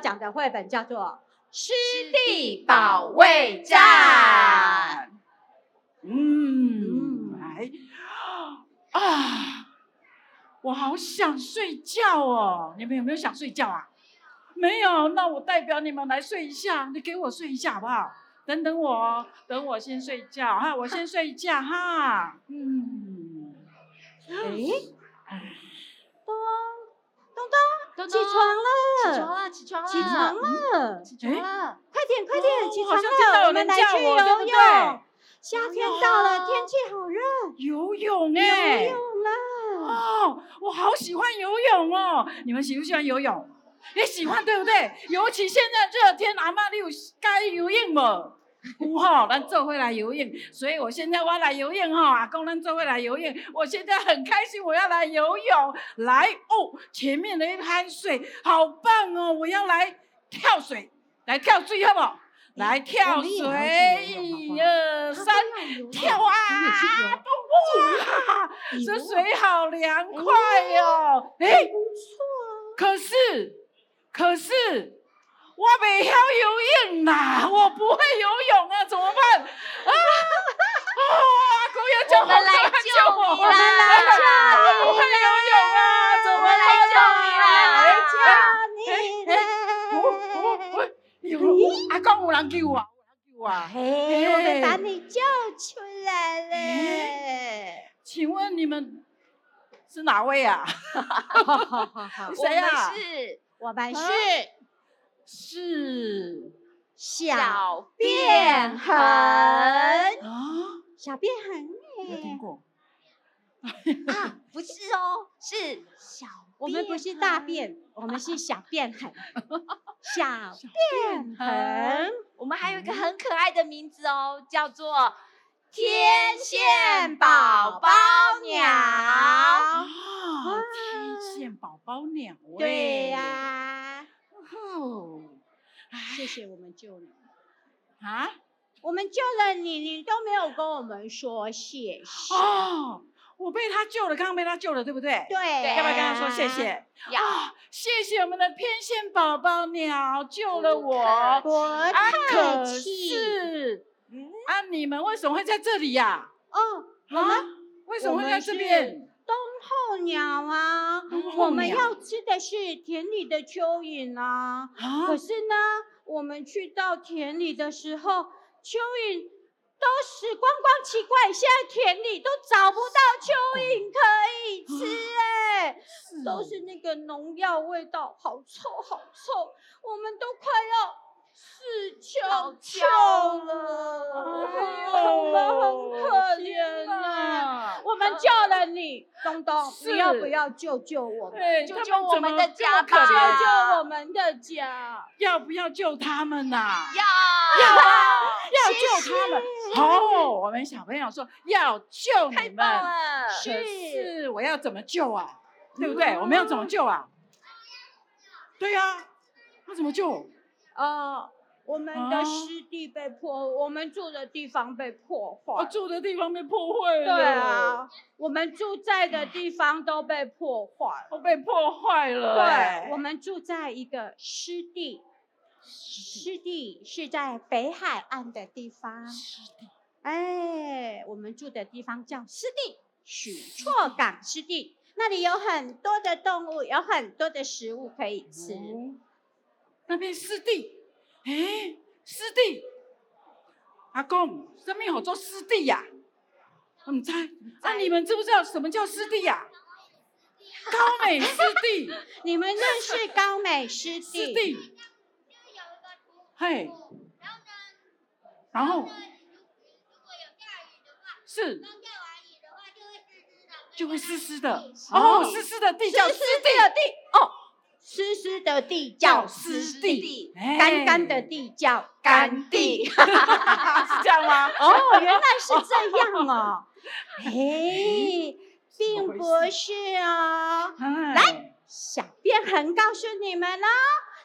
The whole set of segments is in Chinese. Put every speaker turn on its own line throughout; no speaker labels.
奖的绘本叫做《湿
地保卫战》。
嗯，来啊！我好想睡觉哦，你们有没有想睡觉啊？没有，那我代表你们来睡一下，你给我睡一下好不好？等等我哦，等我先睡觉哈，我先睡觉哈。嗯，
诶，
东东
起床了，
起床了，起床了，
起床，了，
起
哎
床了！
快点哎快点，
哦
起
好
床
像听到
了，
有
我们
人
来
叫
去
我对
游
不
泳
对。
夏天到了，
哦
天气好热，
游泳哎、
游泳了。
哦，我好喜欢游泳哦！你们喜不喜欢游泳？也喜欢对不对？尤其现在热天，阿妈你有该游泳无？有吼、咱做回来游泳，所以我现在我要来游泳吼、阿公咱做回来游泳，我现在很开心，我要来游泳，来哦，前面的一滩水好棒哦，我要来跳水，来跳水好不好？来跳水，
我们也要去游泳
一
好
二三，跳啊！哇！这水好凉快哦！哎、
不错
可是，可是我没会游泳啦，我不会游泳啊，怎么办？啊！哦，阿公要 叫
我们来
要
救
我，
你
我们
啦！
我不会游泳啊，怎
我
么
们来
办
救你啦！
啊，
啊？我我我哦哎有阿公有人救我，有人救我。啊
嘿，我们把你救出来了。
请问你们是哪位啊？
我
谁
们
啊？嗯
是
我们是
是
小
变
痕，
痕，
啊，
小变痕
没听
耶，
过。
不是哦，是
小 我们不是大便，我们是小变痕，小变痕
我们还有一个
嗯
很可爱的名字哦，叫做
天
天线宝宝鸟。
啊，天线宝宝鸟欸。
对呀、
哦。
谢谢我们救你，
啊
我们救了你，你都没有跟我们说谢谢，
哦，我被他救了，刚刚被他救了，对不对？
对啊，
要不要跟他说谢谢？
呀，
啊，谢谢我们的天线宝宝鸟救了
不
我。
客
啊，
不
可
客嗯气
是
嗯
啊，你们为什么会在这里呀？
哦，我
啊
们，
为什么会在这
我们
边？
候鸟啊，
冬候
我们
鸟
要吃的是田里的蚯蚓啊。
啊
可是呢，我们去到田里的时候，蚯蚓都死光光，奇怪，现在田里都找不到蚯蚓可以吃哎、
是
都
哦
是那个农药味道，好臭好臭，我们都快要死翘
老
翘
翘
了，
哎
我们很
呦
可
天
怜啊。
哪
我们救了你，东东，你要不
是
要救救我们？
哎
救
他
救我
怎
们
么
的
这么
家
可怜
救
吧
救我们的家！
要不要救他们呐、
呀，
要救他们！哦，我们小朋友说要救你
太
们，
棒了！
可
是
是我要怎么救啊？对不对？我们要
嗯
怎么救啊？对呀、啊，那怎么救？
呃，我们的
啊
湿地被破，我们住的地方被破坏。
我住的地方被破坏了，
对，
哦
啊，我们住在的地方都被破坏。
我被破坏了、哎
对，我们住在一个湿地，湿地是在北海岸的地方。
是的
哎，我们住的地方叫湿地，许厝港湿地。那里有很多的动物，有很多的食物可以吃。
哦那边湿地，哎、湿地，阿公，什么好做湿地呀、我们猜，啊，你们知不知道什么叫湿地呀、高美湿地，
你们认识高美湿
湿
地？
地，嘿，然后是就会湿湿的，哦，湿湿的地叫湿
的
地，
地哦，湿湿的地叫湿
湿
地，
地，
干干的
哎，
地叫
干
干地。
地，是这样吗？
哦，原来是这样 哦。嘿，并
怎么
不
回
是哦。
来。
小便痕告诉你们啦、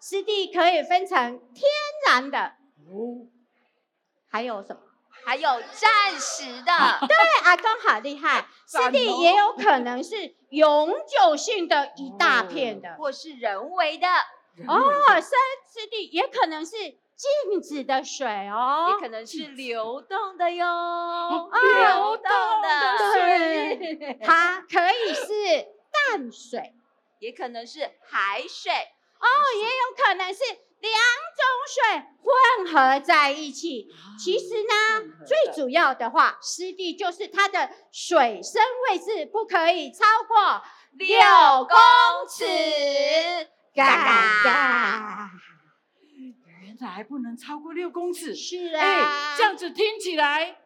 湿地可以分成天然的，
哦，
还有什么？
还有暂时的，
对，阿公好厉害。湿地
赞哦
也有可能是永久性的一大片的。
或是人为的，
哦，生之地也可能是静止的水哦，
也可能是流动的
哦
哟，
流动
动
的
水， 它可以是淡 水，哦，
也可能是海水，
也有可能是两种水混合在一起。
啊
其实呢，最主要的话，湿地就是它的水深位置不可以超过
六公尺，嘎嘎
嘎
原来不能超过六公尺
嘎，。是
哎、
啊，
这样子听起来，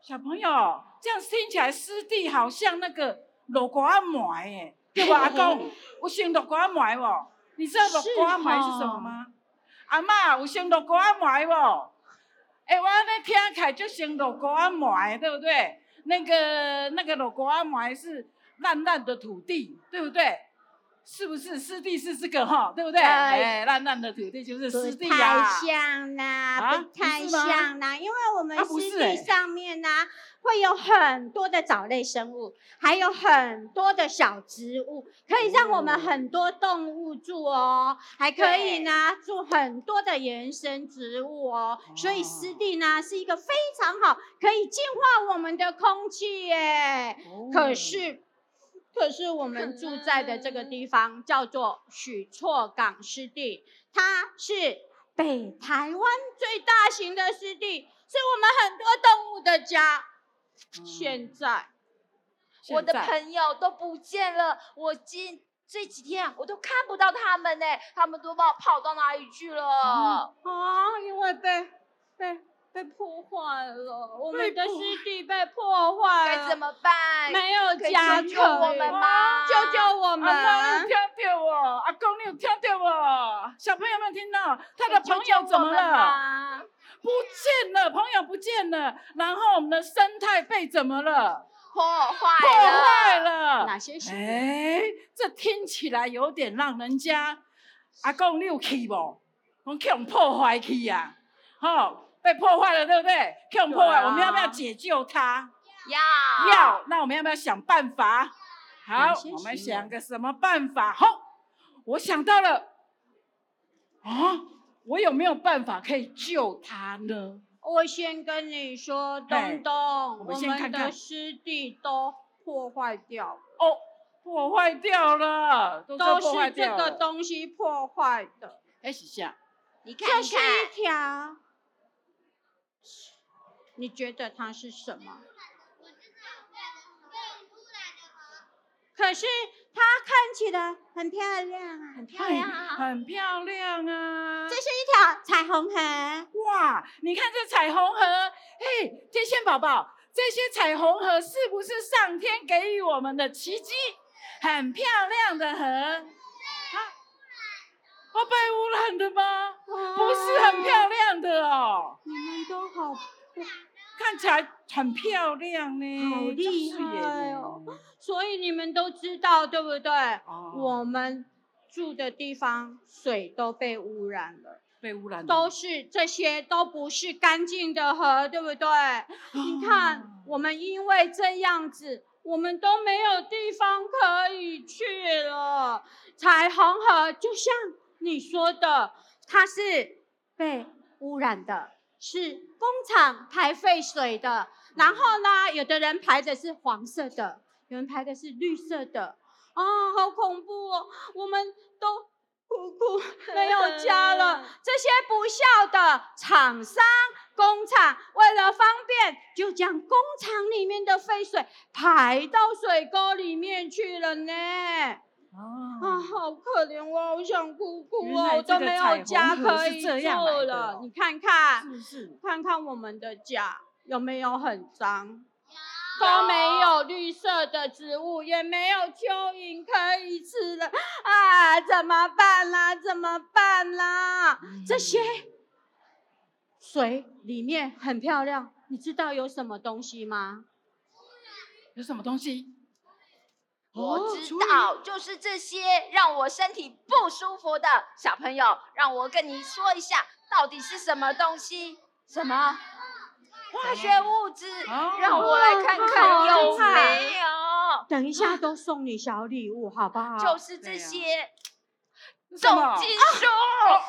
小朋友，这样听起来湿地好像那个肉瓜糜耶，对吧？阿
哦
公，有生肉瓜糜哦，你知道肉瓜糜是什么吗？
哦
阿嬷，有生肉瓜糜哦。哎、我安尼听起来就生肉瓜糜，对不对？那个那个肉瓜糜是烂烂的土地，对不对？是不是湿地是这个哈，对不对？哎、
哎
烂烂的土地就
不
是湿地
太
啊。
像啦，
啊
不太
不是吗
像啦，因为我们
啊不
湿
是
地
欸
上面呢、会有很多的藻类生物，还有很多的小植物，可以让我
哦
们很多动物住哦，还可以呢住很多的原生植物哦，所以湿地呢是一个非常好可以净化我们的空气耶。
哦
可是，嗯可是我们住在的这个地方叫做许厝港湿地，它是北台湾最大型的湿地，是我们很多动物的家。嗯
嗯
现在
现
我的
在
朋友都不见了，我今这几天啊，我都看不到他们呢，他们都不知道跑到哪里去
嗯
了。
啊，因为被被被破坏了，我们的
被破
湿地被破坏
该
了，
怎么办？
没有
可以
家
救救我
可以
们
吗
吗？
救救我们！
阿妈有听到哦，阿公你有听到哦，小朋友们听到他的朋
救救
友怎
我
么
们
了？
吧？
不见了，朋友不见了，然后我们的生态被怎么了？
破
破
坏了，
坏了。
哪些事？
哎，这听起来有点让人家阿公你有去不？我去我们破坏去呀、啊，哦，被破坏了，对不对？去我们破坏，
对啊
我们要不要解救他？
要
要，那我们要不要想办法？好
哪些，
我们
行为
想个什么办法？吼，我想到了，啊，我有没有办法可以救他呢？
我先跟你说，
嘿
东东，我
我们先看
的
看
湿地都破坏掉，
哦，破坏掉了，都
都
都破坏
是这
掉了。
个东西破坏的。
哎，洗下，
你看
这
一
是
看，
一条，你觉得它是什么？可是它看起来很漂亮啊，
很漂
哎
亮啊，
很漂亮啊
这！是一条彩虹河。
哇，你看这彩虹河，嘿，天线宝宝，这些彩虹河是不是上天给予我们的奇迹？很漂亮的河，啊，哦，被污染的吗？不是很漂亮的哦，
你们都好，
看起来很漂亮呢，
好厉害
这样是耶
哦！所以你们都知道对不对？
哦
我们住的地方水都被污染了。
被污染的
都是这些都不是干净的河，对不对？
哦
你看，我们因为这样子，我们都没有地方可以去了。彩虹河就像你说的，它是被污染的，是工厂排废水的。然后呢，有的人排的是黄色的，有人排的是绿色的。啊、好恐怖哦！我们都哭 哭没有家了。这些不孝的厂商、工厂，为了方便，就将工厂里面的废水排到水沟里面去了呢。啊，
哦，
好可怜哦，好想哭哭
原
哦
来，
我
这
都
个
没
彩
有
虹
家
河
可
是
以住
这样来的
了
哦。
你看看
是，不是？
看看我们的家有没有很脏，都没有绿色的植物，也没有蚯蚓可以吃了啊！怎么办啦？怎么办啦？这些水里面很漂亮，你知道有什么东西吗？
有什么东西？
我
哦
知
蚯蚓
道，就是这些让我身体不舒服的小朋友，让我跟你说一下，到底是什么东西？什么化学物质？
哦
让我来看看
哇
有
好厉害
没有，
等一下都送你小礼物，好不好？
就是这
对啊
些。
什么
重金
啊
属，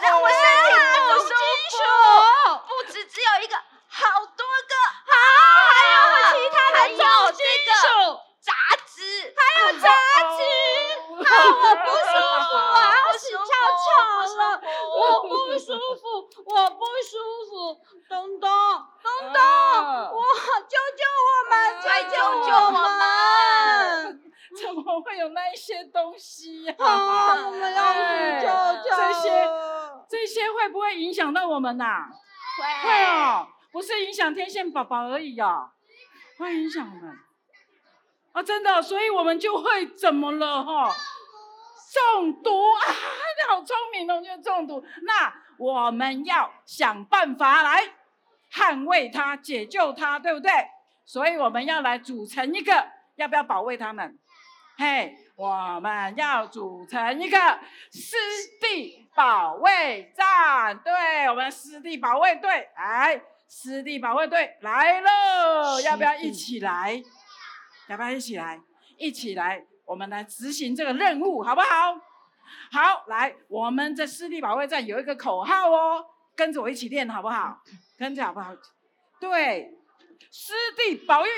让我身体不舒服。
金属。
不止只有一个，好多个。
好，啊还有
啊
其他的
还有
重金
这
属，
杂质，
还有杂质。啊，我不舒服啊，我屎翘翘了，我
我
不舒服，我不舒服，东东，东东，我救救我们，
快
救
救救
我
我们！
们！
怎么会有那一些东西呀、
啊，我们要
哎
死救救
这些这些会不会影响到我们呐、会哦，不是影响天线宝宝而已哦，会影响我们。啊，真的，所以我们就会怎么了哈、中毒啊！你好聪明哦，就中毒。那我们要想办法来捍卫它、解救它，对不对？所以我们要来组成一个，要不要保卫他们？嘿，我们要组成一个湿地保卫战，对我们湿地保卫队，来，湿地保卫队来喽！要不要一起来？要不要一起来？一起来，我们来执行这个任务，好不好？好，来，我们这湿地保卫战有一个口号哦，跟着我一起练，好不好？跟着好不好？对，湿地保育，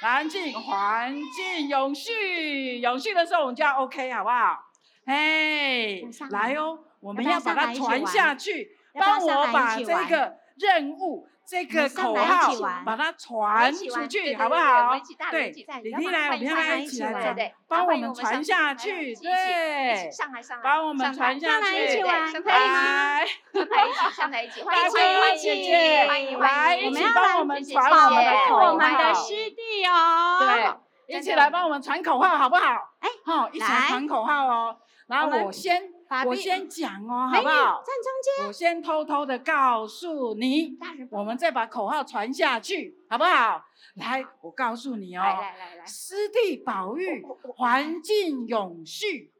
环境环境永续，永续的时候我们就要 OK，好不好？哎
晚上，
来哦，我们
要不
要
要上来
把它
一起
传
玩
下去，
要不要
帮
上
我
来一
把
起
这
玩
个任务、这
我
个
们上
口
来一
号
起玩
把它
我们
传
一起
出
玩
去，
对
好不
对对我
好
们一起？大人
对
一起在，
李
要不
丽
然
来，我
欢
们
迎
要不要一
上来一
起
起
来
玩
玩
对对
帮
欢
我
迎
们
我们
传
上
下
来
去，
一起一起
对
一起，上来上来，
帮我们
上来
传下
上来一
去
起，玩
对
可以吗？
来，
上来一起上来一起，欢迎
大
欢迎
哥
欢
姐
迎欢
姐
迎，
来
欢
一
迎，
我
起
们要
帮
来
我们
谢谢
传
谢
我们的
谢
口
我们的
号，
湿地哦，
对，一起来帮我们传口号，好不好？
哎，
好，一起
来
来传口号哦。然
我们
后我先
法，
我
币
先讲哦，
美女
好不
站
好？
中
我先偷偷的告诉你，
大人
我们再把口号传下去，好不好？来，我告诉你哦，
来来来哦来，
湿地保育、环境永续，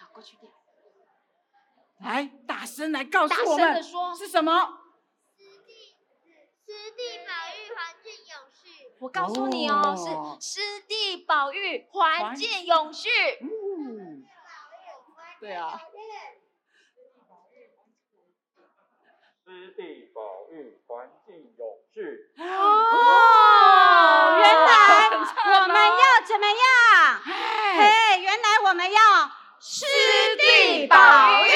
跑过去点，
来大声来告诉
大
我
声的
们
说，
是什么？
湿地保育环境永续。
我告诉你哦，
哦
是湿地保育、环
环
境永续。
嗯，对啊，
湿地保育环境永续，
间哦，原 来我们要怎么样？
哎，
嘿，原来我们要湿地
保育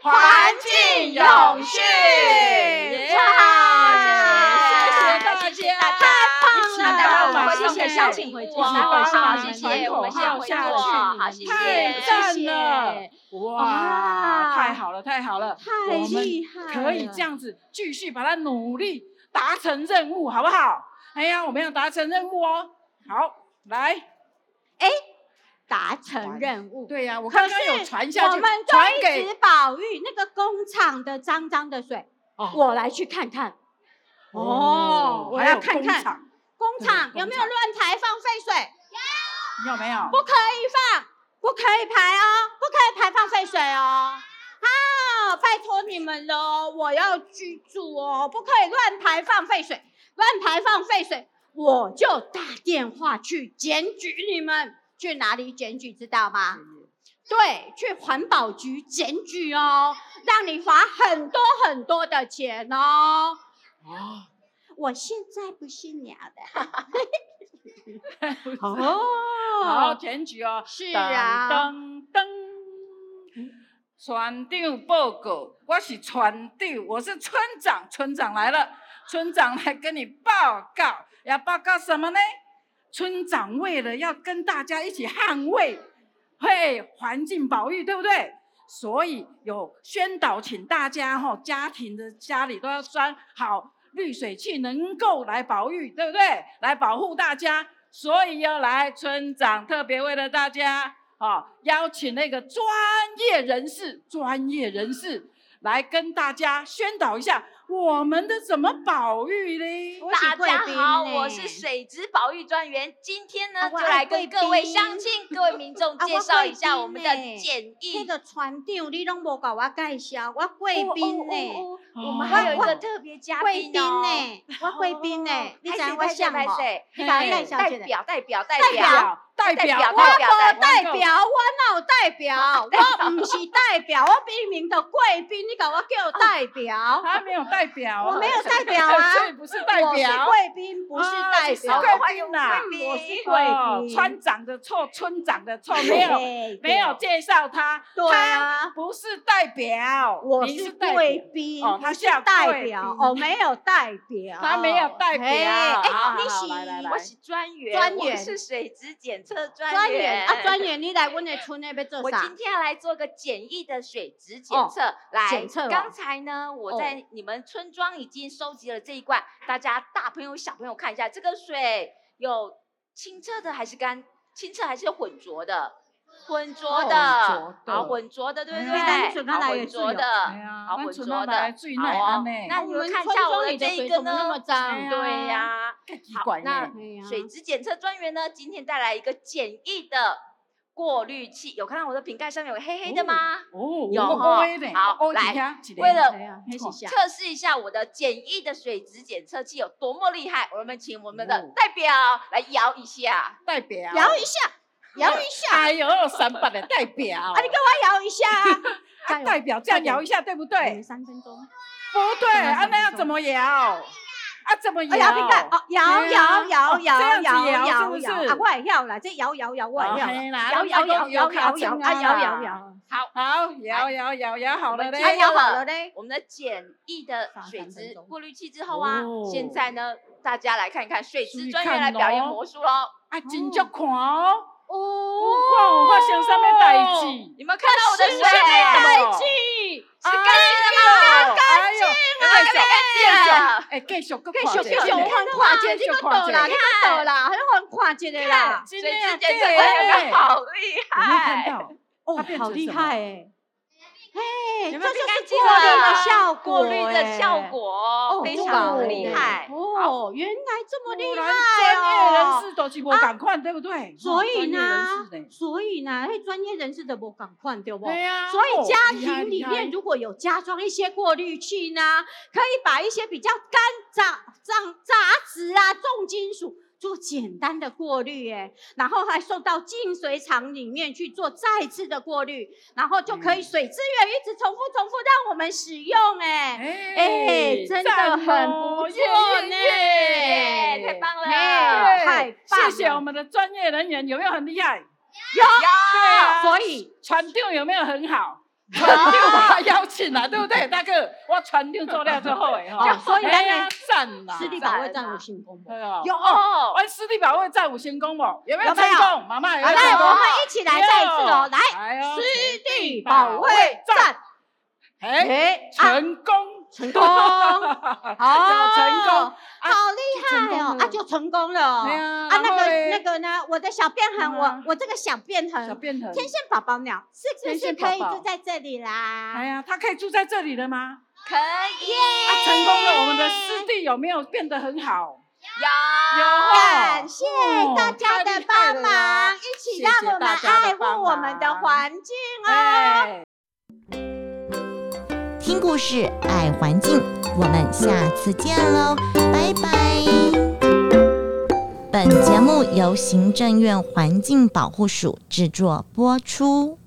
环境永续
耶
好谢谢谢谢大家
太棒了，
待
大家
会我
晚
们会
上
送给
谢
小
谢
品物
回去
哦，
回去
好，
帮
谢
忙
谢，
传
我们
口
先
号
回去
下
哦，
去
好，谢
太
谢。
赞
谢
了
谢！哇
哇，太好了，太好了，
太厉害了，
可以这样子继续把它努力达成任务，好不好？哎呀，我们要达成任务哦。好，来，
达成任务。
对呀、我
可
刚
是
刚有传下
我
去
们，
传
就一
给
直保育那个工厂的脏脏的水，
哦
我来去看看
哦，
我
还
要
有
看
工
看
厂
工
对
厂
嗯工
有没有
厂
乱排放废水，
你有没 有？
不可以放，不可以排哦，不可以排放废水哦。啊，拜托你们了哦，我要居住哦，不可以乱排放废水，乱排放废水，我就打电话去检举你们。去哪里检举知道吗？对，去环保局检举哦，让你罚很多很多的钱哦。
哦，
我现在不是鸟的。
好，
哦，
检举哦。
是啊，
噔噔噔，船长报告，我是船长，我是村长，村长来了，村长来跟你报告，要报告什么呢？村长为了要跟大家一起捍卫，嘿，环境保育，对不对？所以有宣导，请大家哈、家庭的家里都要装好滤水器，能够来保育，对不对？来保护大家。所以要来村长特别为了大家哦，邀请那个专业人士，专业人士来跟大家宣导一下，我们的怎么保育嘞？
我
大
是贵
家
宾
好，
呢
我是水质保育专员，今天呢
啊
就
我爱
来跟
贵
各位
宾
乡亲、各位民众
啊
介
我
绍
贵
一下
宾
我们的
呢
简易
迄个船长你拢无甲我介绍，我贵
哦哦
宾呢、
哦哦我
哦
们还有一
我
个特别嘉
哎贵
宾
宾呢、
哦，
我贵宾呢、
哦
你
拍
知
谁
影我
拍谁
像
拍
无？
谁
嘿
甲我
代
介绍一下。
表代表代
代
表
表
代
代
表
表
我
代表
无
代
代
表
表，我哪有代表？我唔是代表，我明明的贵宾，你搞我
哦
叫代表，
他没有代表啊，
我没有代表啊
所以不是代
我是
表，
贵宾，不是
啊
代
是
表。
贵
欢迎
宾呐
哦贵宾
我是
哦
贵宾，
村长的错，村长的错，没有
对
没有介绍他，
对
他
啊，
不是代表，
我
您
是
代表
贵宾，
哦他
不是
叫贵
代
宾
表，哦，没有代表，
他没有代表
嘿哎
好好，
你
好
是
来来来
我是专员，
专
我
员
是水质检测
专
专
员啊，专员，你来阮的村内要
我
做啥
今？天要来做个简易的水质检测，来，
检测哦
刚才呢，我
哦
在你们村庄已经收集了这一罐，大家大朋友小朋友看一下，这个水有清澈的还是干？清澈还是有混浊的？混浊的，
哦混浊的
好，混浊的，对不
哎
对？
呀
咱村哪
好
来的
混
水
浊
哦
的，
哎呀
好，
咱
混
村
浊
哪
的
来的水，哪会
好哦
安尼
那你
我
们
们
看一
村
下我
庄里的
这一
水
个
怎么那
呢
么？脏？
哎呀
对呀、
奇
好
怪，
那
呢，
哎呀
水质检测专员呢，今天带来一个简易的过滤器，有看到我的瓶盖上面有黑黑的吗？
哦，
有
我
哈
黑呢哦
好
黑一
来
下一个
为了
哎呀，那是啥？
测试一下我的简易的水质检测器有多么厉害，我们请我们的
哦
代表来摇一下。
代表，
摇一下，摇一下，
哎呦，三八的代表，
啊，你给我摇一下啊！加
啊
油
代表这样摇一下，对不
我们
对？
嗯三分钟。
不对，
三分
啊，那要
钟
怎么摇？啊，怎么摇？
哎摇瓶盖，哦，摇
对啊
摇摇
哦这样
摇摇
子
摇
摇是
摇
不是
啊，我也要啦，这摇摇摇我也要啦，
摇
摇摇摇摇摇摇啊摇摇，摇，
好，
好摇摇摇摇好了
啊
哎
嘞，
摇好了嘞，
我们的简易的
放
水
三分
质
钟
过滤器之后啊，
哦
现在呢，大家来看一看水
注
质
意
专员
看
来表演
咯
魔术喽。
啊真足看哦，
哦
看有发生什么代志？
你们看到我的水
是
吗？
啊
是
代志，
干净的吗？
哎呦，
干
哎继
继
续，继续，
续
继
继
续
续，
看
我
一下
们看见
继
你
续
个
看
倒
一
啦，
下
你个倒啦，还有我们看见的啦，
真
净的，
的
水
啊
质检测
对
专员好厉
有没有看
害！
到？
哦
它变，成
好厉
什么
害哎，嘿，
有
这
没有变干
就是
净
过滤
了
的效果，
过滤的效
哎。
果
哦
非
不
常
错
的厉
哎
害。
哦，原来这么厉
果然
害
专业人
哦！
士都是无同款，对不对？
所以呢
哦专业人士，呢
所以呢，那专业人士的不赶快对不？
对呀，
所以
哦
家
厉害
庭里
厉害
面如果有加装一些过滤器呢，可以把一些比较干杂、脏杂质啊、重金属做简单的过滤，哎，然后还送到净水厂里面去做再次的过滤，然后就可以
嗯
水资源一直重复、重复让我们使用，哎，
哎
哎，真的很不
哦
错呢，
耶太棒了
哎太棒了，
谢谢我们的专业人员，有没有很厉害？对
呀
啊
所以
船长有没有很好？船长把他邀请来，对不对，大哥？我船长做了 之后的哈，
就所以咱的
哎呀赞啦！
湿地保卫战有新功
哎呀
有哦。
哦，
哎，师弟宝会战五星功哦，有没有
有
成
没有
功？妈妈有
好，
没有
来，
成
我
功
们？一起来再一次哦，来，
来哦，
湿地保卫战，
哎，
哎，啊，
成功，
成 功， 好，
成功啊
好厉害哦，啊，就成功了哦，
哎呀
啊，
然后
那个
嘞
那个呢，我的小便
干
痕，
嘛
我我这个小便
小
痕，
变成。
天线宝宝鸟是不
天
是
线
可以
宝宝
住在这里
哎
啦？
呀，他可以住在这里了吗？
可以
啊，成功
哎
了！我们的师弟有没有变得很好？
有
有
感谢大家
哦太
的
厉害
帮
了
忙，
啦
一起
谢
让
谢
我们
大家的
爱护
帮
我们的
忙
环境哦。
哎。
听故事爱环境，我们下次见喽，拜拜。本节目由行政院环境保护署制作播出。